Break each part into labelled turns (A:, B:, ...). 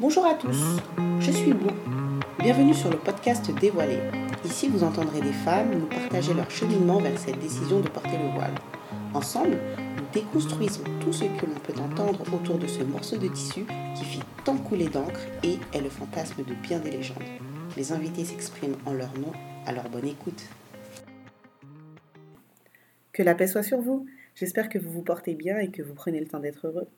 A: Bonjour à tous, je suis Lou. Bienvenue sur le podcast Dévoilé. Ici, vous entendrez des femmes nous partager leur cheminement vers cette décision de porter le voile. Ensemble, nous déconstruisons tout ce que l'on peut entendre autour de ce morceau de tissu qui fit tant couler d'encre et est le fantasme de bien des légendes. Les invités s'expriment en leur nom, alors bonne écoute. Que la paix soit sur vous. J'espère que vous vous portez bien et que vous prenez le temps d'être heureux.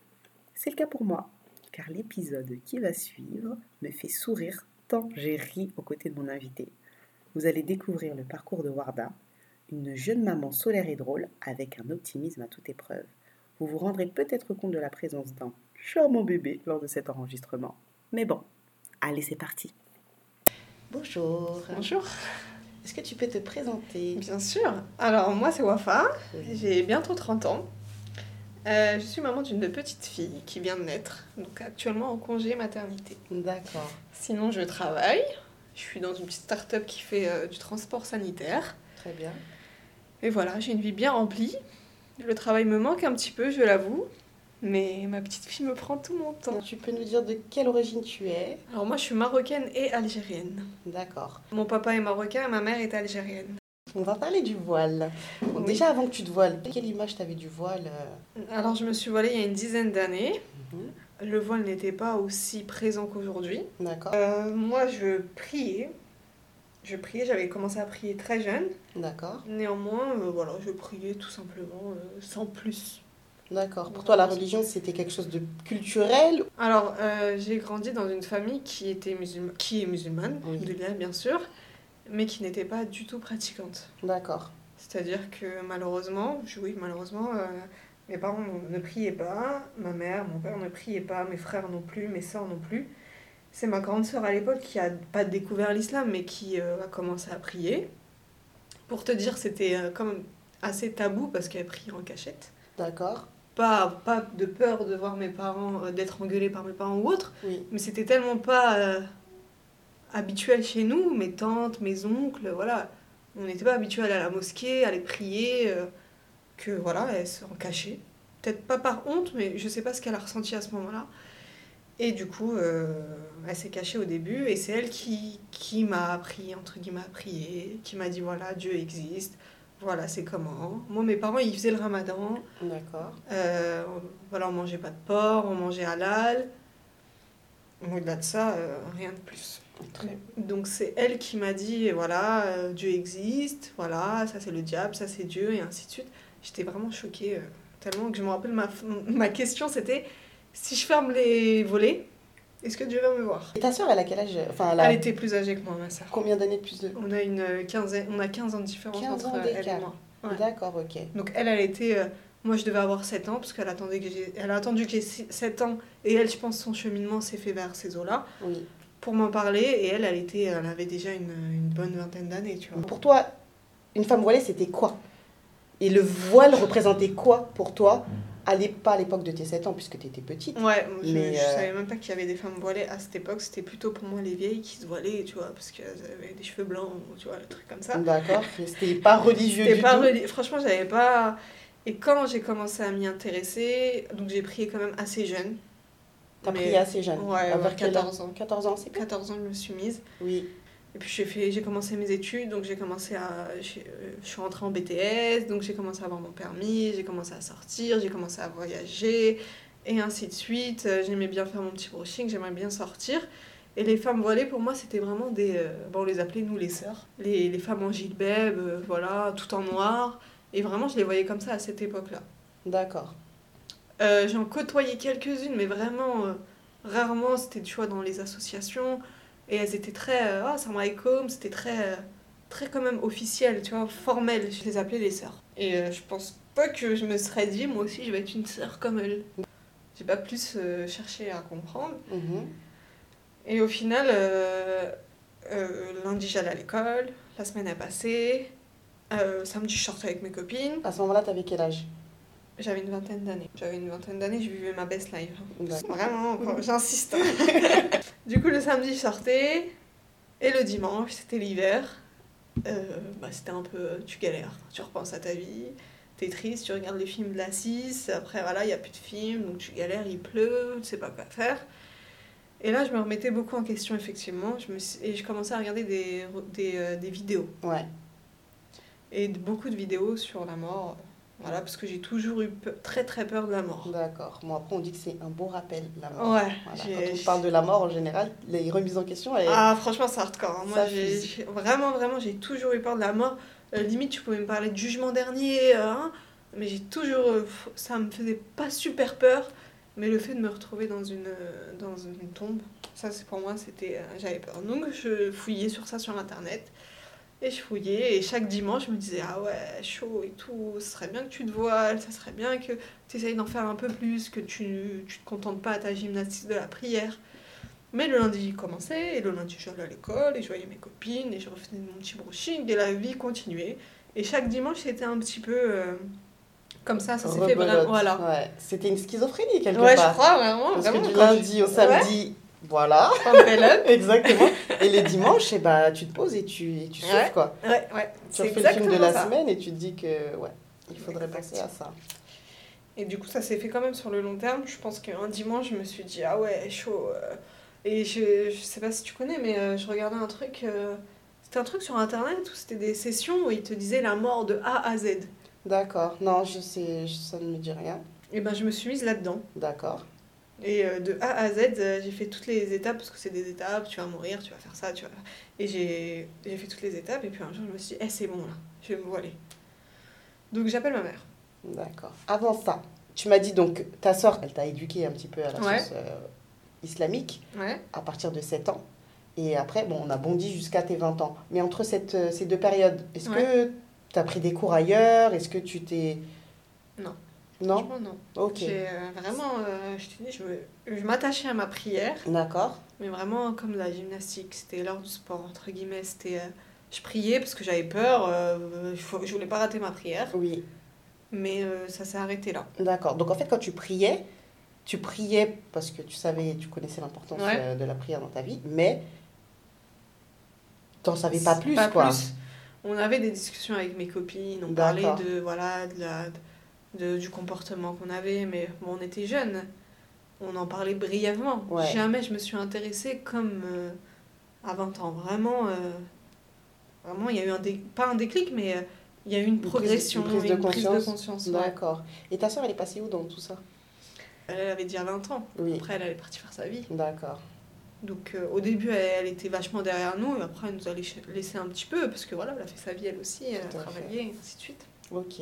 A: C'est le cas pour moi, car l'épisode qui va suivre me fait sourire tant j'ai ri aux côtés de mon invité. Vous allez découvrir le parcours de Warda, une jeune maman solaire et drôle avec un optimisme à toute épreuve. Vous vous rendrez peut-être compte de la présence d'un charmant bébé lors de cet enregistrement. Mais bon, allez, c'est parti. Bonjour.
B: Bonjour.
A: Est-ce que tu peux te présenter
B: Bien sûr. Alors, moi, c'est Wafa.
A: Oui.
B: J'ai bientôt 30 ans. Euh, je suis maman d'une petite fille qui vient de naître, donc actuellement en congé maternité.
A: D'accord.
B: Sinon, je travaille. Je suis dans une petite start-up qui fait euh, du transport sanitaire.
A: Très bien.
B: Et voilà, j'ai une vie bien remplie. Le travail me manque un petit peu, je l'avoue. Mais ma petite fille me prend tout mon temps.
A: Tu peux nous dire de quelle origine tu es
B: Alors, moi, je suis marocaine et algérienne.
A: D'accord.
B: Mon papa est marocain et ma mère est algérienne.
A: On va parler du voile. Bon,
B: Oui.
A: Déjà, avant que tu te voiles, quelle image t'avais du voile euh,
B: Alors, je me suis voilée il y a une dizaine d'années. Le voile n'était pas aussi présent qu'aujourd'hui.
A: D'accord.
B: Euh, moi, je priais. Je priais, j'avais commencé à prier très jeune.
A: D'accord.
B: Néanmoins, euh, voilà, je priais tout simplement euh, sans plus.
A: D'accord. Pour toi, la religion, c'était quelque chose de culturel
B: Alors, euh, j'ai grandi dans une famille qui, était musulma- qui est musulmane,
A: Oui.
B: de bien, bien sûr, mais qui n'était pas du tout pratiquante.
A: D'accord.
B: C'est-à-dire que malheureusement, je- oui, malheureusement, euh, mes parents ne- ne priaient pas, ma mère, mon père ne priaient pas, mes frères non plus, mes soeurs non plus. C'est ma grande sœur à l'époque qui a pas découvert l'islam, mais qui euh, a commencé à prier. Pour te dire, c'était euh, comme assez tabou parce qu'elle priait en cachette.
A: D'accord.
B: Pas, pas de peur de voir mes parents, euh, d'être engueulée par mes parents ou autre,
A: Oui.
B: mais c'était tellement pas euh, habituel chez nous, mes tantes, mes oncles, voilà. On n'était pas habitués à aller à la mosquée, à aller prier, euh, que voilà, elle s'en cachait. Peut-être pas par honte, mais je sais pas ce qu'elle a ressenti à ce moment-là. Et du coup, euh, elle s'est cachée au début, et c'est elle qui, qui m'a appris, entre guillemets, à prier, qui m'a dit voilà, Dieu existe, voilà, c'est comment. Moi, mes parents, ils faisaient le ramadan,
A: D'accord.
B: euh, voilà, on mangeait pas de porc, on mangeait halal. Mais Au-delà de ça, euh, rien de plus.
A: Très
B: Donc c'est elle qui m'a dit, voilà, euh, Dieu existe, voilà, ça c'est le diable, ça c'est Dieu, et ainsi de suite. J'étais vraiment choquée, euh, tellement que je me rappelle, ma, ma question c'était, si je ferme les volets, est-ce que Dieu va me voir
A: Et ta sœur, elle a quel âge Enfin, elle a
B: Elle était plus âgée que moi, ma sœur.
A: combien d'années de plus de...
B: On a, une euh, quinzaine, on a 15 ans de différence
A: 15 ans
B: entre euh, elle et
A: d'écart.
B: moi. Ouais.
A: D'accord, ok.
B: Donc elle, elle était... euh, moi, je devais avoir 7 ans, parce qu'elle attendait que j'ai- elle a attendu que j'ai 7 ans, et elle, je pense, son cheminement s'est fait vers ces eaux-là,
A: Oui.
B: pour m'en parler, et elle, elle, était, elle avait déjà une, une bonne vingtaine d'années, tu vois.
A: Pour toi, une femme voilée, c'était quoi Et le voile représentait quoi pour toi à l'é- Pas à l'époque de tes 7 ans, puisque tu étais petite.
B: Ouais, je,
A: Mais,
B: je
A: euh,
B: savais même pas qu'il y avait des femmes voilées à cette époque, c'était plutôt pour moi les vieilles qui se voilaient, tu vois, parce qu'elles avaient des cheveux blancs, ou, tu vois, le truc comme ça.
A: D'accord. Et C'était pas religieux
B: Ah. C'était
A: du
B: pas
A: tout.
B: reli- Franchement, j'avais pas. Et quand j'ai commencé à m'y intéresser, donc j'ai prié quand même assez jeune.
A: T'as
B: mais-
A: prié assez jeune.
B: Ouais,
A: À
B: vers
A: quel âge
B: 14 ans.
A: 14 ans, c'est bien.
B: 14 ans, je me suis mise.
A: Oui.
B: Et puis j'ai fait, j'ai commencé mes études, donc j'ai commencé à, j'ai- euh, je suis rentrée en BTS, donc j'ai commencé à avoir mon permis, j'ai commencé à sortir, j'ai commencé à voyager, et ainsi de suite. Euh, J'aimais bien faire mon petit brushing, j'aimais bien sortir. Et les femmes voilées, pour moi, c'était vraiment des, euh, bon, on les appelait nous les sœurs, les, les femmes en gilbeb, euh, voilà, tout en noir. Et vraiment, je les voyais comme ça à cette époque-là.
A: D'accord.
B: Euh, j'en côtoyais quelques-unes, mais vraiment, euh, rarement, c'était, tu vois, dans les associations. Et elles étaient très, euh, ah, salam alaikum, c'était très, euh, très quand même officiel, tu vois, formel. Je les appelais les sœurs. Et euh, je pense pas que je me serais dit, moi aussi, je vais être une sœur comme elle. J'ai pas plus euh, cherché à comprendre.
A: Mhm.
B: Et au final, euh, euh, lundi, j'allais à l'école, la semaine a passé, euh, samedi, je sortais avec mes copines.
A: À ce moment-là, t'avais quel âge
B: J'avais une vingtaine d'années. J'avais une vingtaine d'années, je vivais ma best life. hein.
A: D'accord.
B: Vraiment, quoi, j'insiste. du coup, le samedi, je sortais. Et le dimanche, c'était l'hiver. Euh, bah, c'était un peu. euh, Tu galères. Tu repenses à ta vie. T'es triste, tu regardes les films de la 6. Après, voilà, il n'y a plus de films, donc tu galères, il pleut, tu sais pas quoi faire. Et là, je me remettais beaucoup en question, effectivement. Je me suis- Et je commençais à regarder des, des, euh, des vidéos.
A: Ouais.
B: Et de- beaucoup de vidéos sur la mort. Voilà, parce que j'ai toujours eu pe- très très peur de la mort.
A: D'accord. Bon, après, on dit que c'est un beau rappel, la mort.
B: Ouais.
A: Voilà.
B: j'ai-
A: Quand on parle de la mort en général, les remises en question, elles-
B: Ah, franchement, c'est hardcore. hein. Moi,
A: Ça
B: j'ai
A: fuse.
B: j'ai- vraiment, vraiment, j'ai toujours eu peur de la mort. Euh, limite, tu pouvais me parler de jugement dernier, euh, hein, mais j'ai toujours. euh, f- ça me faisait pas super peur, mais le fait de me retrouver dans une, euh, dans une tombe, ça, c'est pour moi, c'était. euh, J'avais peur. Donc, je fouillais sur ça sur internet. Et je fouillais, et chaque dimanche, je me disais, ah ouais, chaud et tout, ce serait bien que tu te voiles, ça serait bien que tu essayes d'en faire un peu plus, que tu, tu te contentes pas à ta gymnastique de la prière. Mais le lundi, j'y commençais, et le lundi, je suis allée à l'école, et je voyais mes copines, et je refaisais mon petit brushing, et la vie continuait. Et chaque dimanche, c'était un petit peu euh, comme ça, ça s'est fait
A: rebelote.
B: vraiment. Voilà.
A: Ouais. C'était une schizophrénie, quelque
B: Ouais, je
A: part.
B: crois vraiment.
A: Parce
B: vraiment,
A: que du
B: quand
A: lundi
B: je-
A: au samedi, voilà.
B: Ouais, pump it up.
A: Exactement. Et les dimanches, eh ben, tu te poses et tu, et tu souffles,
B: Ouais.
A: quoi.
B: ouais, ouais.
A: Tu
B: C'est
A: refais le film de la
B: exactement ça.
A: semaine et tu te dis que, ouais, il faudrait
B: Exact.
A: penser à ça.
B: Et du coup, ça s'est fait quand même sur le long terme. Je pense qu'un dimanche, je me suis dit, ah ouais, chaud. euh. Et je, je sais pas si tu connais, mais euh, je regardais un truc. euh, c'était un truc sur internet où c'était des sessions où ils te disaient la mort de A à Z.
A: D'accord. Non, je sais, je- ça ne me dit rien.
B: Et ben, je me suis mise là-dedans.
A: D'accord.
B: Et euh, de A à Z, euh, j'ai fait toutes les étapes parce que c'est des étapes. Tu vas mourir, tu vas faire ça, tu vas. Et j'ai j'ai fait toutes les étapes. Et puis un jour, je me suis dit, eh, c'est bon là, je vais me voiler. Donc j'appelle ma mère.
A: D'accord. Avant ça, tu m'as dit donc ta sœur, elle t'a éduquée un petit peu à la
B: Ouais.
A: source euh, islamique
B: Ouais.
A: à partir de 7 ans. Et après, bon, on a bondi jusqu'à tes 20 ans. Mais entre cette, euh, ces deux périodes, est-ce que tu as pris des cours ailleurs Est-ce que tu t'es...
B: Non.
A: Non
B: Franchement, non.
A: Ok.
B: J'ai euh, vraiment, euh, je te dis, je me- je m'attachais à ma prière,
A: D'accord.
B: mais vraiment comme la gymnastique, c'était l'heure du sport, entre guillemets. C'était, euh, je priais parce que j'avais peur, euh, il faut- je voulais pas rater ma prière,
A: Oui.
B: mais euh, ça s'est arrêté là.
A: D'accord. Donc en fait, quand tu priais, tu priais parce que tu savais, tu connaissais l'importance
B: Ouais.
A: euh, de la prière dans ta vie, mais t'en savais pas plus,
B: Pas
A: quoi.
B: plus. On avait des discussions avec mes copines, on parlait
A: D'accord.
B: de, voilà, de la, de- du comportement qu'on avait, mais bon, on était jeunes, on en parlait brièvement.
A: Ouais.
B: Jamais je me suis intéressée comme euh, à 20 ans. Vraiment, euh, vraiment, il y a eu un dé- pas un déclic, mais euh, il y a eu une
A: prise-
B: progression,
A: une prise de
B: et
A: conscience.
B: conscience, ouais.
A: D'accord. Et ta soeur, elle est passée où dans tout ça
B: Elle avait déjà 20 ans.
A: Oui.
B: Après, elle allait partir faire sa vie.
A: D'accord.
B: Donc euh, au début, elle, elle était vachement derrière nous, et après, elle nous a laiché- laissé un petit peu, parce que voilà, elle a fait sa vie elle aussi, elle a
A: Tout à fait.
B: travaillé, et ainsi de suite.
A: Ok.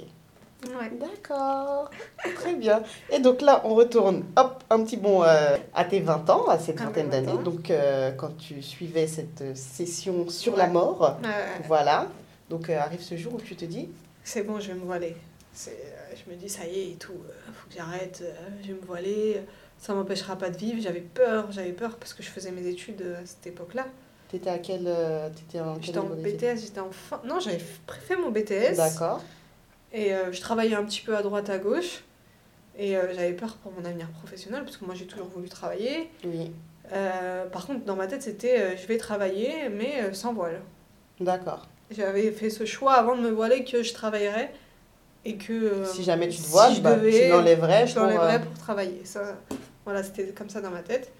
B: Ouais.
A: D'accord. Très bien. Et donc là, on retourne, hop, un petit bond euh, à tes 20 ans, à cette
B: À mes
A: vingtaine
B: 20 ans.
A: d'années. Donc euh, quand tu suivais cette euh, session sur
B: Ouais.
A: la mort,
B: Euh,
A: voilà. Donc euh, arrive ce jour où tu te dis,
B: c'est bon, je vais me voiler. C'est, euh, je me dis, ça y est, et tout, euh, faut que j'arrête, euh, je vais me voiler, euh, ça m'empêchera pas de vivre. J'avais peur, j'avais peur parce que je faisais mes études euh, à cette époque-là.
A: t'étais à quel, euh, t'étais en quel
B: J'étais en
A: niveau d'études
B: BTS, j'étais en fin. Non, j'avais f- fait mon BTS.
A: D'accord.
B: Et euh, je travaillais un petit peu à droite, à gauche. Et euh, j'avais peur pour mon avenir professionnel parce que moi j'ai toujours voulu travailler.
A: Oui.
B: Euh, par contre, dans ma tête, c'était euh, je vais travailler, mais euh, sans voile.
A: D'accord.
B: J'avais fait ce choix avant de me voiler que je travaillerais et que. euh,
A: si jamais tu te
B: si
A: vois,
B: je
A: bah,
B: devais,
A: tu l'enlèverais.
B: je
A: pour, euh,
B: l'enlèverais pour travailler. Ça, voilà, c'était comme ça dans ma tête.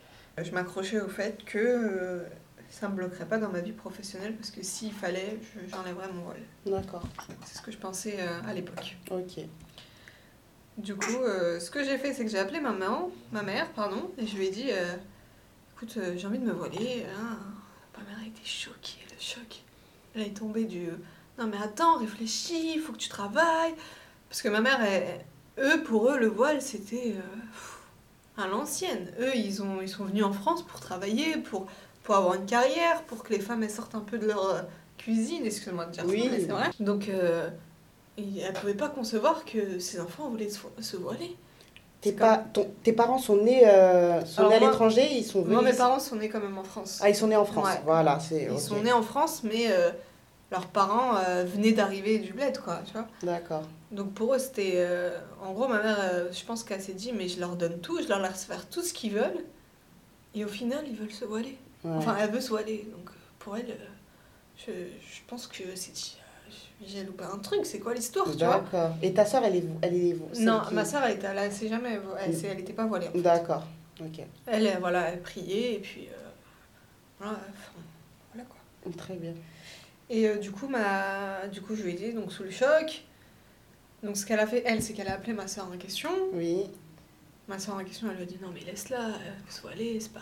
B: Je m'accrochais au fait que euh, ça me bloquerait pas dans ma vie professionnelle parce que s'il fallait, je- j'enlèverais mon voile.
A: euh, D'accord.
B: C'est ce que je pensais euh, à l'époque.
A: Ok.
B: Du coup, euh, ce que j'ai fait, c'est que j'ai appelé ma maman, ma mère, pardon, et je lui ai dit, euh, écoute, euh, j'ai envie de me voiler. hein. Ma mère a été choquée, le choc. Elle est tombée du, non mais attends, réfléchis, il faut que tu travailles. Parce que ma mère, elle- eux, pour eux, le voile, c'était euh, pff, à l'ancienne. Eux, ils, ont, ils sont venus en France pour travailler, pour, pour avoir une carrière, pour que les femmes, elles sortent un peu de leur euh, cuisine, excuse-moi de dire
A: Oui.
B: ça, mais c'est vrai. Donc, euh, et elle pouvait pas concevoir que ses enfants voulaient se, se voiler.
A: Tes,
B: C'est
A: pas- ton- tes parents sont nés, euh, sont
B: Alors
A: nés à
B: moi-
A: l'étranger, ils sont venus.
B: Moi, mes
A: ici
B: parents sont nés quand même en France.
A: Ah, ils sont nés en France.
B: Ouais.
A: Voilà, c'est.
B: Ils
A: ok.
B: sont nés en France, mais euh, leurs parents euh, venaient d'arriver du bled, quoi, tu vois.
A: D'accord.
B: Donc pour eux, c'était... euh, en gros, ma mère, euh, je pense qu'elle s'est dit, mais je leur donne tout, je leur laisse faire tout ce qu'ils veulent. Et au final, ils veulent se voiler.
A: Ouais.
B: Enfin, elle veut se voiler. Donc euh, pour elle, euh, je, je pense que c'est... euh, J'ai loupé un truc, c'est quoi l'histoire, tu vois
A: D'accord. Et ta sœur, elle est, elle est celle
B: Non,
A: qui- Mm.
B: ma soeur, elle était, elle s'est jamais... Elle, s'est- elle était pas voilée. en fait.
A: D'accord. Ok.
B: Elle, elle, voilà, elle priait et puis euh, voilà, enfin, voilà quoi.
A: Oh, Très bien.
B: Et euh, du coup, ma, du coup, je lui ai dit donc sous le choc. Donc ce qu'elle a fait, elle, c'est qu'elle a appelé ma soeur en question.
A: Oui.
B: Ma soeur en question, elle lui a dit non mais laisse-la, euh, sois allée, c'est pas,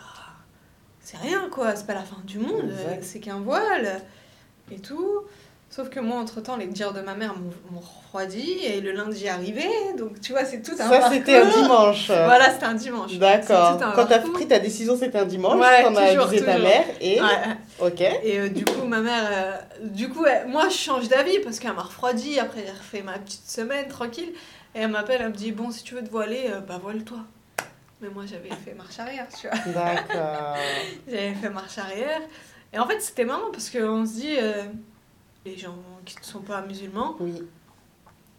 B: c'est rien quoi, c'est pas la fin du monde, euh,
A: Exact.
B: c'est qu'un voile et tout. Sauf que moi, entre temps, les dires de ma mère m'ont m'ont refroidi et le lundi est arrivé, donc tu vois, c'est tout un
A: Ça, c'était un
B: parcours.
A: dimanche.
B: Voilà, c'était un dimanche.
A: D'accord.
B: C'est tout un
A: Quand t'as
B: parcours.
A: pris ta décision, c'était un dimanche.
B: Ouais,
A: T'en as
B: toujours,
A: avisé ta
B: toujours.
A: mère et.
B: Ouais.
A: Ok.
B: Et euh, du coup, ma mère, euh, du coup, elle- moi, je change d'avis parce qu'elle m'a refroidi. Après, j'ai refait ma petite semaine tranquille. Et elle m'appelle, elle me dit Bon, si tu veux te voiler, euh, bah voile-toi. Mais moi, j'avais fait marche arrière, tu vois.
A: D'accord.
B: J'avais fait marche arrière. Et en fait, c'était marrant parce qu'on se dit euh, Les gens qui ne sont pas musulmans
A: Oui.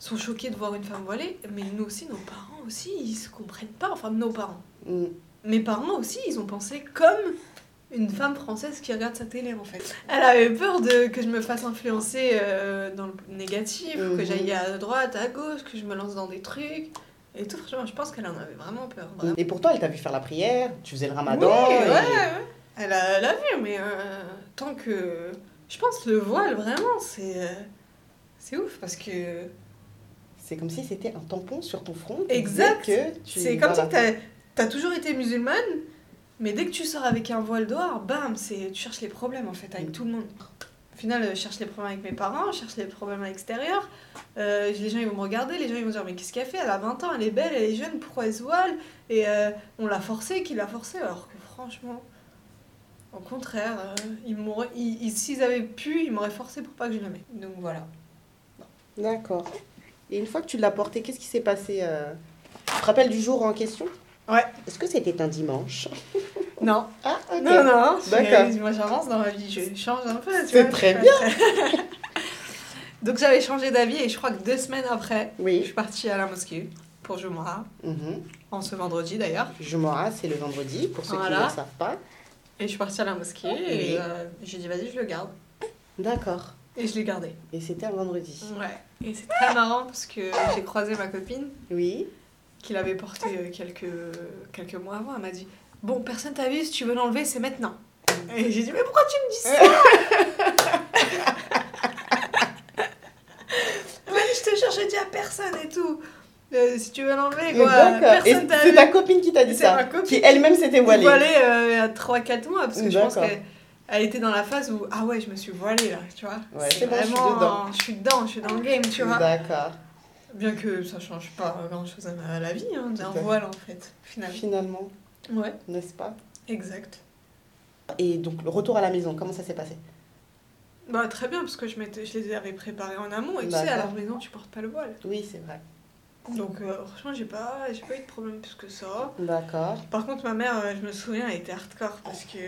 B: sont choqués de voir une femme voilée. Mais nous aussi, nos parents aussi, ils se comprennent pas. Enfin, nos parents.
A: Mm.
B: Mes parents aussi, ils ont pensé comme une femme française qui regarde sa télé en fait. Elle avait peur de que je me fasse influencer euh, dans le négatif, que
A: Mhm.
B: j'aille à droite, à gauche, que je me lance dans des trucs. Et tout, franchement, je pense qu'elle en avait vraiment peur. vraiment.
A: Et pourtant, elle t'a vu faire la prière, tu faisais le
B: Oui,
A: ramadan.
B: ouais,
A: et-
B: ouais. Elle, a, elle a vu, mais euh, tant que. Je pense le voile, vraiment, c'est. euh, c'est ouf parce que.
A: C'est comme si c'était un tampon sur ton front. qui
B: Exact.
A: disait Que tu...
B: C'est comme si
A: voilà.
B: t'as t'as toujours été musulmane, mais dès que tu sors avec un voile dehors, bam, c'est tu cherches les problèmes en fait avec
A: Mm.
B: tout le monde. Au final, euh, je cherche les problèmes avec mes parents, je cherche les problèmes à l'extérieur. Euh, les gens ils vont me regarder, les gens ils vont dire mais qu'est-ce qu'elle fait Elle a 20 ans, elle est belle, elle est jeune, pourquoi elle se voile Et euh, on l'a forcée, qui l'a forcée Alors que franchement, au contraire, euh, ils m'auraient- ils- ils- s'ils avaient pu, ils m'auraient forcé pour pas que je le mette. Donc voilà.
A: D'accord. Et une fois que tu l'as porté, qu'est-ce qui s'est passé euh, Tu te rappelles du jour en question
B: Ouais.
A: Est-ce que c'était un dimanche
B: Non,
A: Ah, ok.
B: Non, non, je-
A: D'accord.
B: moi j'avance dans ma vie, je change un peu. tu
A: C'est
B: vois,
A: très
B: je suis pas très- Donc j'avais changé d'avis et je crois que deux semaines après, je
A: Oui.
B: suis partie à la mosquée pour Jumu'ah,
A: Mhm.
B: en ce vendredi d'ailleurs.
A: Jumu'ah, c'est le vendredi, pour ceux qui
B: Voilà.
A: ne le savent pas.
B: Et je suis partie à la mosquée
A: Oui.
B: et euh, j'ai dit vas-y, je le garde.
A: D'accord.
B: Et je l'ai gardé.
A: Et c'était un vendredi.
B: Ouais. Et c'est très marrant parce que j'ai croisé ma copine
A: Oui.
B: qui l'avait porté euh, quelques, quelques mois avant. Elle m'a dit Bon, personne t'a vu, si tu veux l'enlever, c'est maintenant. Et j'ai dit Mais pourquoi tu me dis ça Elle m'a dit, Je te cherche, j'ai dit à personne et tout. Euh, si tu veux l'enlever, quoi.
A: D'accord. Et
B: Personne t'a
A: c'est
B: vu.
A: ta copine qui t'a dit
B: C'est
A: ça
B: ma copine
A: Qui elle-même s'était
B: voilée,
A: voilée.
B: euh, à 3-4 mois parce que je pense
A: D'accord.
B: qu'elle elle était dans la phase où Ah ouais, je me suis voilée là, tu vois.
A: Ouais, c'est bon, je suis dedans.
B: Je suis dedans, je suis dans le game, tu vois. Ah
A: D'accord.
B: Bien que ça change pas grand chose à ma- à la vie, hein, d'un
A: Tout à fait.
B: voile en fait, finalement.
A: Finalement,
B: Ouais,
A: n'est-ce pas
B: exact.
A: Et donc, le retour à la maison, comment ça s'est passé
B: Bah très bien, parce que je, m'étais- je les avais préparés en amont, et tu sais, à la
A: D'accord.
B: maison, tu portes pas le voile.
A: Oui, c'est vrai.
B: Donc euh, franchement, j'ai pas, j'ai pas eu de problème plus que ça.
A: D'accord.
B: Par contre, ma mère, euh, je me souviens, elle était hardcore, parce que...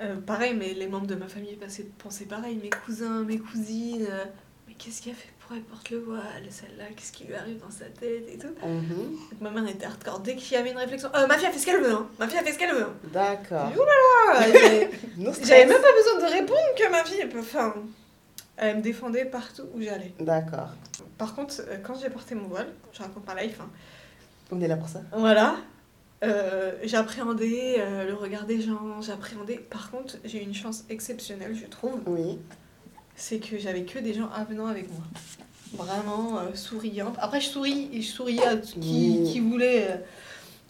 B: euh, pareil, mais les membres de ma famille passaient- pensaient pareil, mes cousins, mes cousines... euh, mais qu'est-ce qu'elle fait pour elle porte le voile, celle-là Qu'est-ce qui lui arrive dans sa tête et tout
A: Mhm.
B: Donc, Ma mère était hardcore. Dès qu'il y avait une réflexion, Euh, ma fille a fait ce qu'elle veut, hein. ma fille a fait ce qu'elle veut. hein.
A: D'accord.
B: Ah, j'ai-
A: No stress.
B: J'avais même pas besoin de répondre que ma fille, enfin, elle me défendait partout où j'allais.
A: D'accord.
B: Par contre, euh, quand j'ai porté mon voile, je raconte ma life, hein,
A: On est là pour ça.
B: voilà, euh, j'appréhendais euh, le regard des gens, j'appréhendais. Par contre, j'ai eu une chance exceptionnelle, je trouve,
A: Oui.
B: c'est que j'avais que des gens avenants avec moi. Vraiment euh, souriante. Après, je souris et je souriais à tout qui,
A: Mmh.
B: qui voulait. euh,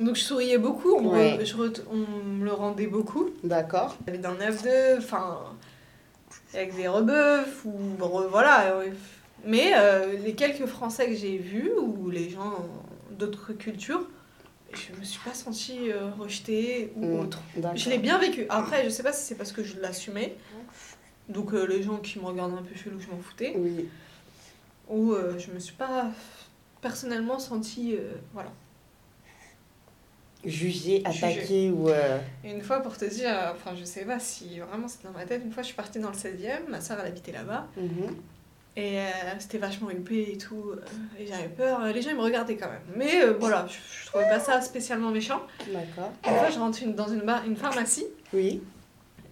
B: donc, je souriais beaucoup, on, me-
A: Ouais.
B: je re- on me le rendait beaucoup.
A: D'accord.
B: Il y avait d'un 9-2, enfin, avec des rebeufs, ou re- voilà. euh, Mais euh, les quelques Français que j'ai vus, ou les gens d'autres cultures, je me suis pas sentie euh, rejetée ou
A: Mm,
B: autre.
A: D'accord.
B: Je l'ai bien vécu. Après, je sais pas si c'est parce que je l'assumais, donc euh, les gens qui me regardaient un peu chelou, je m'en foutais,
A: Oui.
B: ou euh, je me suis pas personnellement sentie. euh, voilà.
A: Jugé,
B: Jugé.
A: attaqué ou. euh,
B: Et une fois pour te dire, euh, enfin, je sais pas si vraiment c'est dans ma tête, une fois je suis partie dans le 16 e ma soeur elle habitait là-bas.
A: mhm.
B: Et euh, c'était vachement huppé et tout. euh, Et j'avais peur. euh, Les gens, ils me regardaient quand même. Mais euh, voilà, je, je trouvais pas ça spécialement méchant.
A: D'accord.
B: Une fois, je rentre une- dans une, bar- une pharmacie.
A: Oui.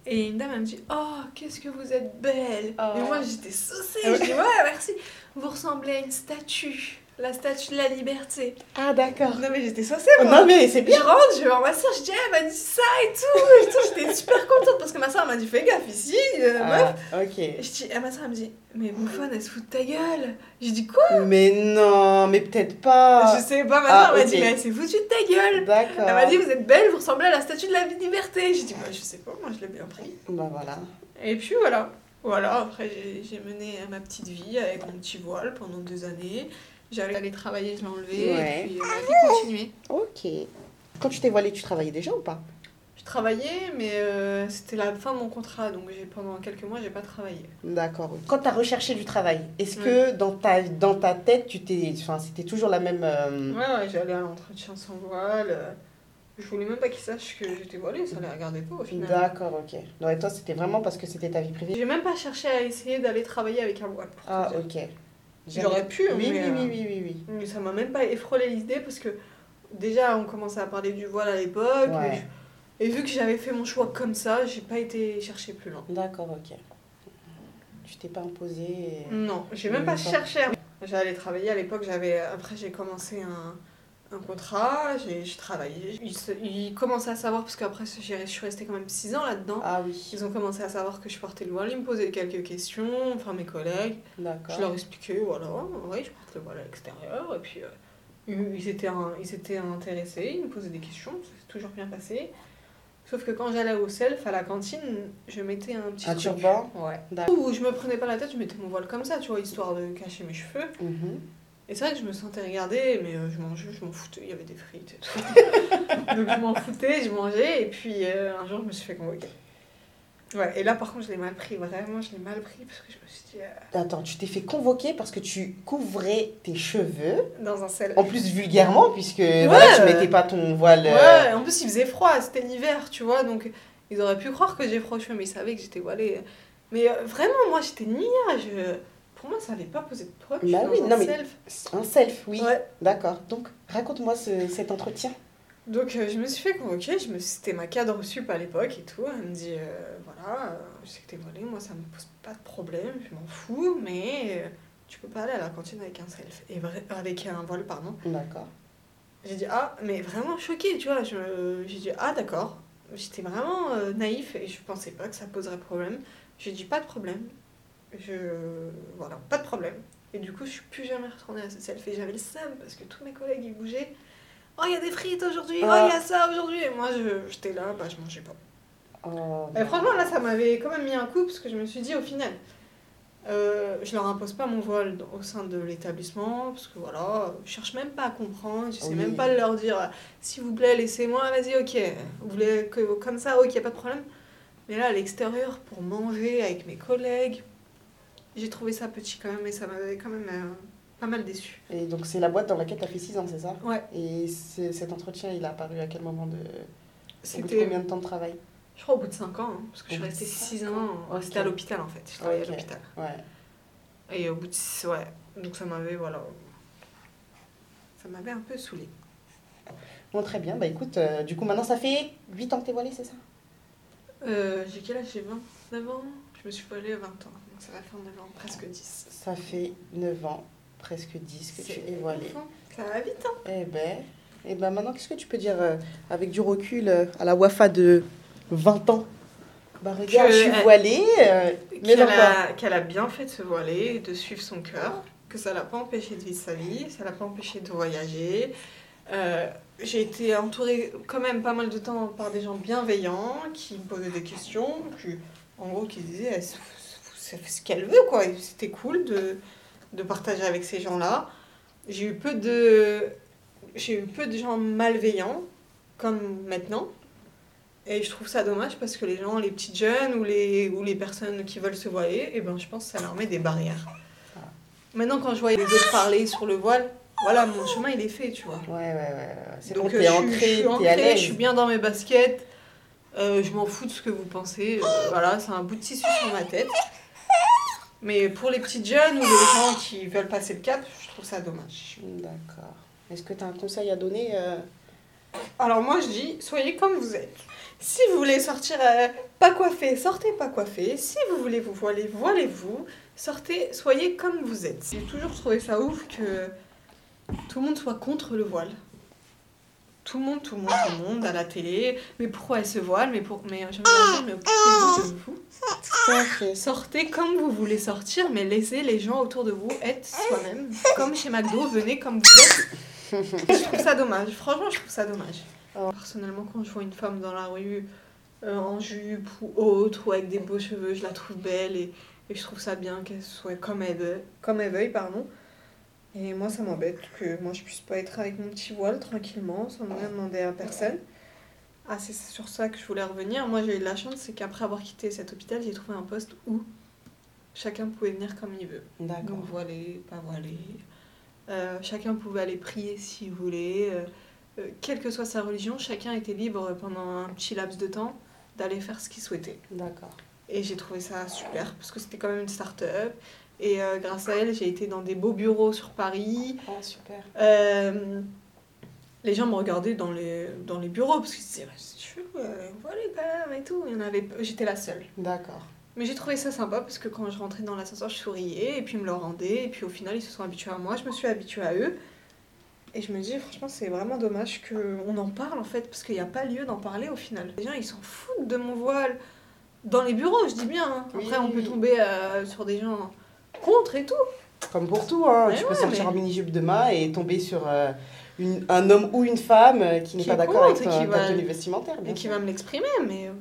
B: Et une dame, elle me dit Oh, qu'est-ce que vous êtes belle
A: Oh.
B: Et moi, j'étais saucée.
A: Ah ouais.
B: Je dis Ouais, merci. Vous ressemblez à une statue. La statue de la liberté.
A: Ah, d'accord.
B: Non mais j'étais censée
A: Ah,
B: moi.
A: Non, mais c'est
B: Je
A: bien.
B: rentre, je vais voir ma soeur, je dis, Ah, elle m'a dit ça et tout. Et tout, J'étais super contente parce que ma soeur m'a dit, fais gaffe ici, euh, meuf.
A: Ah, ok.
B: Et je dis, ah, ma soeur, elle me dit, mais Bouffonne, elle se fout de ta gueule. J'ai dit, quoi
A: Mais non, mais peut-être pas.
B: Je sais pas, ma soeur
A: Ah,
B: m'a
A: ok. Ah.
B: dit, mais elle s'est foutue de ta gueule.
A: D'accord.
B: Elle m'a dit, vous êtes belle, vous ressemblez à la statue de la liberté. J'ai dit, bah, je sais pas, moi je l'ai bien pris.
A: Bah voilà.
B: Et puis voilà. Voilà, après j'ai- j'ai mené ma petite vie avec mon petit voile pendant deux années. J'allais aller travailler, je l'enlevais,
A: Ouais.
B: et puis euh, la vie continuait.
A: Ok. Quand tu t'es voilée, tu travaillais déjà ou pas
B: Je travaillais, mais euh, c'était la fin de mon contrat, donc j'ai- pendant quelques mois, j'ai pas travaillé.
A: D'accord. ok. Mm. Quand tu as recherché du travail, est-ce que dans ta, dans ta tête, tu t'es, enfin, c'était toujours la même... euh,
B: Ouais, ouais, j'allais à l'entretien sans voile. euh, Je voulais même pas qu'ils sachent que j'étais voilée, ça les regardait pas au final.
A: D'accord, ok. Non, et toi, c'était vraiment parce que c'était ta vie privée
B: J'ai même pas cherché à essayer d'aller travailler avec un voile. pour tout
A: Ah,
B: dire.
A: ok.
B: J'aurais pu,
A: Oui,
B: mais,
A: oui, oui,
B: euh,
A: oui, oui, oui.
B: Mais ça m'a même pas effrôlé l'idée parce que déjà on commençait à parler du voile à l'époque.
A: Ouais.
B: mais je- Et vu que j'avais fait mon choix comme ça, j'ai pas été chercher plus loin.
A: D'accord, ok. Tu t'es pas imposée et-
B: Non, j'ai même pas
A: D'accord.
B: cherché. à- J'allais travailler à l'époque, j'avais après j'ai commencé un, un contrat, j'ai j'ai travaillé. Ils, se- ils commençaient à savoir parce qu'après j'ai- je suis restée quand même 6 ans là-dedans.
A: Ah oui,
B: Ils ont commencé à savoir que je portais le voile, ils me posaient quelques questions, enfin mes collègues. Je
A: d'accord.
B: leur expliquais, voilà, oui, je porte le voile à l'extérieur. Et puis, euh, ils, ils étaient un- ils étaient intéressés, ils me posaient des questions, ça s'est toujours bien passé. Sauf que quand j'allais au self, à la cantine, je mettais un petit
A: Un
B: truc.
A: turban
B: Ouais.
A: D'accord.
B: Ou je me prenais pas la tête, je mettais mon voile comme ça, tu vois, histoire de cacher mes cheveux.
A: Mhm.
B: Et c'est vrai que je me sentais regardée, mais euh, je mangeais, je m'en foutais, il y avait des frites et tout. Donc je m'en foutais, je mangeais, et puis euh, un jour je me suis fait convoquer. Ouais, et là par contre je l'ai mal pris, vraiment je l'ai mal pris, parce que je me suis dit, euh,
A: Attends, tu t'es fait convoquer parce que tu couvrais tes cheveux,
B: dans un self.
A: en plus vulgairement, puisque voilà, tu
B: euh,
A: mettais pas ton voile... euh,
B: Ouais, en plus il faisait froid, c'était l'hiver, tu vois, donc ils auraient pu croire que j'ai froid aux cheveux, mais ils savaient que j'étais voilée. Mais euh, vraiment, moi j'étais niais, je... pour moi ça n'allait pas poser de problème.
A: Bah
B: je
A: oui,
B: suis dans
A: non,
B: un
A: mais-
B: self.
A: Un self, oui.
B: Ouais.
A: D'accord. Donc, raconte-moi ce- cet entretien.
B: Donc euh, je me suis fait convoquer, je me... c'était ma cadre sup à l'époque et tout, elle me dit, euh, voilà, euh, je sais que t'es voilée, moi ça me pose pas de problème, je m'en fous, mais euh, tu peux pas aller à la cantine avec un self, et vra- avec un voile, pardon.
A: D'accord.
B: J'ai dit ah, mais vraiment choquée, tu vois. je- J'ai dit ah, d'accord. J'étais vraiment euh, naïf et je pensais pas que ça poserait problème. J'ai dit pas de problème. Je. Voilà, pas de problème. Et du coup, je suis plus jamais retournée à ce selfie. J'avais le seum parce que tous mes collègues ils bougeaient. Oh, il y a des frites aujourd'hui, oh, il y a ça aujourd'hui. Et moi, je- j'étais là, bah, je mangeais pas.
A: Oh,
B: Et franchement, là, ça m'avait quand même mis un coup parce que je me suis dit, au final, euh, je leur impose pas mon voile dans- au sein de l'établissement parce que voilà, je cherche même pas à comprendre, je sais
A: Ah Oui.
B: même pas de leur dire, s'il vous plaît, laissez-moi, vas-y, ok, vous voulez que comme ça, ok, pas de problème. Mais là, à l'extérieur, pour manger avec mes collègues, j'ai trouvé ça petit quand même et ça m'avait quand même euh, pas mal déçu.
A: Et donc, c'est la boîte dans laquelle tu as fait 6 ans, c'est ça
B: Ouais.
A: Et c'est- cet entretien, il a apparu à quel moment de... Au bout de
B: C'était,
A: combien de temps de travail
B: je crois, au bout de 5 ans, hein, parce que
A: Au
B: je suis
A: bout de
B: restée
A: cinq
B: 6 ans,
A: ans.
B: c'était à
A: Ok.
B: l'hôpital en fait, je travaillais
A: Ok.
B: à l'hôpital.
A: Ouais.
B: Et au bout de six, ouais. Donc ça m'avait, voilà. Ça m'avait un peu saoulé.
A: Bon, très bien. Bah écoute, euh, du coup, maintenant, ça fait 8 ans que t'es voilée, c'est ça
B: Euh, j'ai quel âge J'ai 29 ans. Je me suis volée à 20 ans. Donc ça va faire 9 ans, presque 10.
A: Ça fait 9 ans, presque 10 que tu es voilée.
B: enfant, Ça va vite, hein
A: Eh ben, eh ben maintenant, qu'est-ce que tu peux dire euh, avec du recul euh, à la Wafa de 20 ans Bah regarde,
B: Que-
A: je suis voilée, euh, mais
B: Qu'elle
A: dans quoi
B: a, qu'elle a bien fait de se voiler, de suivre son cœur. Que ça l'a pas empêché de vivre sa vie. Ça l'a pas empêché de voyager. Euh, j'ai été entourée quand même pas mal de temps par des gens bienveillants qui me posaient des questions, qui, en gros, qui disaient elle se- se- se fait ce qu'elle veut, quoi. Et C'était cool de, de partager avec ces gens-là. J'ai eu peu de j'ai eu peu de gens malveillants comme maintenant. Et je trouve ça dommage parce que les gens, les petites jeunes ou les, ou les personnes qui veulent se voiler, et ben, je pense que ça leur met des barrières.
A: Ah.
B: Maintenant, quand je voyais les autres parler sur le voile, voilà, mon chemin, il est fait, tu vois.
A: Ouais, ouais, ouais. ouais. C'est bon,
B: Donc euh,
A: t'es
B: je, suis- je
A: ancrée,
B: suis
A: t'es à
B: ancrée, je suis
A: l'aise.
B: bien dans mes baskets, Euh, je m'en fous de ce que vous pensez, Euh, voilà, c'est un bout de tissu sur ma tête. Mais pour les petites jeunes ou les gens qui veulent passer le cap, je trouve ça dommage.
A: D'accord. Est-ce que t'as un conseil à donner euh,
B: Alors moi je dis, soyez comme vous êtes. Si vous voulez sortir euh, pas coiffé, sortez pas coiffé. Si vous voulez vous voiler, voilez-vous. Sortez, soyez comme vous êtes. J'ai toujours trouvé ça ouf que tout le monde soit contre le voile. Tout le monde, tout le monde, tout le monde, à la télé. Mais pourquoi elle se voile Mais pour, mais j'aime bien dire, mais occupez-vous de vous.
A: Tout
B: Ah
A: à fait.
B: euh, Sortez comme vous voulez sortir, mais laissez les gens autour de vous être soi-même. Comme chez McDo, venez comme vous êtes. je trouve ça dommage. Franchement, je trouve ça dommage.
A: Oh.
B: Personnellement, quand je vois une femme dans la rue euh, en jupe ou autre ou avec des beaux cheveux, je la trouve belle et, et je trouve ça bien qu'elle soit comme elle veut, comme elle veuille, pardon. Et moi, ça m'embête que moi je puisse pas être avec mon petit voile tranquillement, sans rien demander à personne. Ah, c'est sur ça que je voulais revenir. Moi, j'ai eu de la chance, c'est qu'après avoir quitté cet hôpital, j'ai trouvé un poste où chacun pouvait venir comme il veut.
A: D'accord.
B: Donc voilé, pas voilé. Euh, chacun pouvait aller prier s'il voulait. Euh, euh, quelle que soit sa religion, chacun était libre pendant un petit laps de temps d'aller faire ce qu'il souhaitait.
A: D'accord.
B: Et j'ai trouvé ça super parce que c'était quand même une start-up. Et euh, grâce à elle, j'ai été dans des beaux bureaux sur Paris.
A: Oh, super.
B: Euh, les gens me regardaient dans les, dans les bureaux parce qu'ils se disaient, Ouais, c'est chelou, euh, voilà quand même et tout. Il y en avait, j'étais la seule.
A: D'accord.
B: Mais j'ai trouvé ça sympa parce que quand je rentrais dans l'ascenseur, je souriais et puis ils me le rendaient. Et puis au final, ils se sont habitués à moi, je me suis habituée à eux. Et je me dis, franchement, c'est vraiment dommage qu'on en parle en fait, parce qu'il n'y a pas lieu d'en parler au final. Les gens, ils s'en foutent de mon voile dans les bureaux, je dis bien. hein.
A: Oui,
B: Après, on
A: oui,
B: peut
A: oui.
B: tomber euh, sur des gens contre et tout.
A: Comme pour tout, hein.
B: Mais
A: tu
B: ouais,
A: peux sortir
B: mais-
A: en mini-jupe demain et tomber sur euh, une- un homme ou une femme euh, qui n'est
B: Qui
A: pas
B: est
A: d'accord avec
B: contre et
A: ta,
B: qui
A: ta
B: va-
A: tenue vestimentaire. bien
B: et qui
A: sûr.
B: va me l'exprimer, mais euh,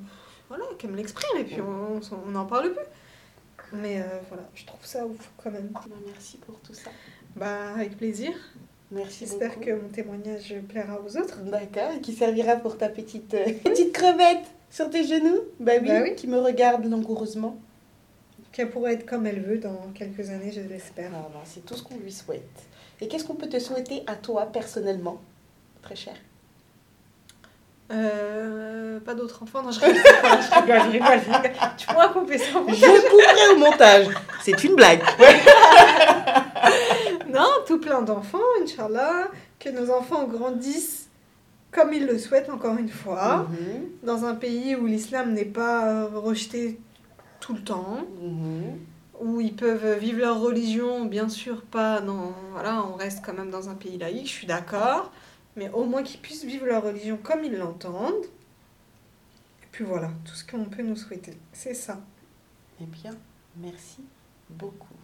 B: voilà, qu'elle me l'exprime, et puis on s'en- on n'en parle plus. Mais euh, voilà, je trouve ça ouf quand même.
A: Bah, Merci pour tout ça.
B: Bah, avec plaisir.
A: Merci
B: J'espère
A: beaucoup.
B: que mon témoignage plaira aux autres.
A: D'accord, et qui servira pour ta petite, euh, petite crevette sur tes genoux bah oui,
B: Bah oui.
A: qui me regarde langoureusement.
B: Qu'elle pourra être comme elle veut dans quelques années, je l'espère.
A: Voilà, Ah, bah, c'est tout ce qu'on lui souhaite. Et qu'est-ce qu'on peut te souhaiter à toi personnellement, très cher
B: Euh, pas d'autres enfants Non, je rigole, je rigole, je rigole, je rigole. Tu pourras couper ça.
A: Je couperai au montage. C'est une blague.
B: Non, tout plein d'enfants, Inch'Allah. Que nos enfants grandissent comme ils le souhaitent, encore une fois.
A: Mhm,
B: Dans un pays où l'islam n'est pas euh, rejeté tout le temps.
A: mhm.
B: où ils peuvent vivre leur religion, bien sûr pas dans... Voilà, on reste quand même dans un pays laïque, je suis d'accord, mais au moins qu'ils puissent vivre leur religion comme ils l'entendent. Et puis voilà, tout ce qu'on peut nous souhaiter, c'est ça.
A: Eh bien, merci beaucoup.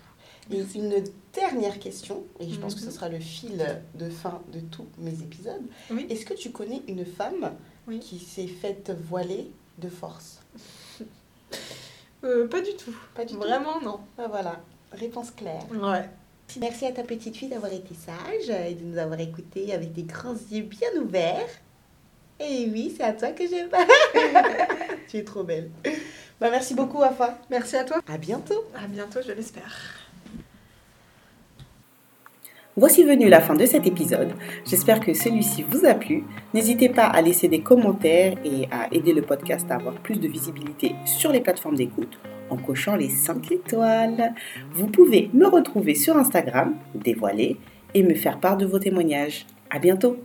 A: Et une dernière question, et je pense que ce
B: Mhm.
A: sera le fil de fin de tous mes épisodes.
B: Oui.
A: Est-ce que tu connais une femme
B: Oui.
A: qui s'est faite voiler de force
B: Euh, pas du tout.
A: Pas du tout.
B: Vraiment, non.
A: Ah, voilà, réponse claire.
B: Ouais.
A: Merci à ta petite fille d'avoir été sage et de nous avoir écoutés avec des grands yeux bien ouverts. Et oui, c'est à toi que je parle. tu es trop belle. Bah, merci beaucoup, Afa.
B: Merci à toi.
A: À bientôt.
B: À bientôt, je l'espère.
C: Voici venue la fin de cet épisode. J'espère que celui-ci vous a plu. N'hésitez pas à laisser des commentaires et à aider le podcast à avoir plus de visibilité sur les plateformes d'écoute en cochant les 5 étoiles. Vous pouvez me retrouver sur Instagram, dévoiler et me faire part de vos témoignages. À bientôt!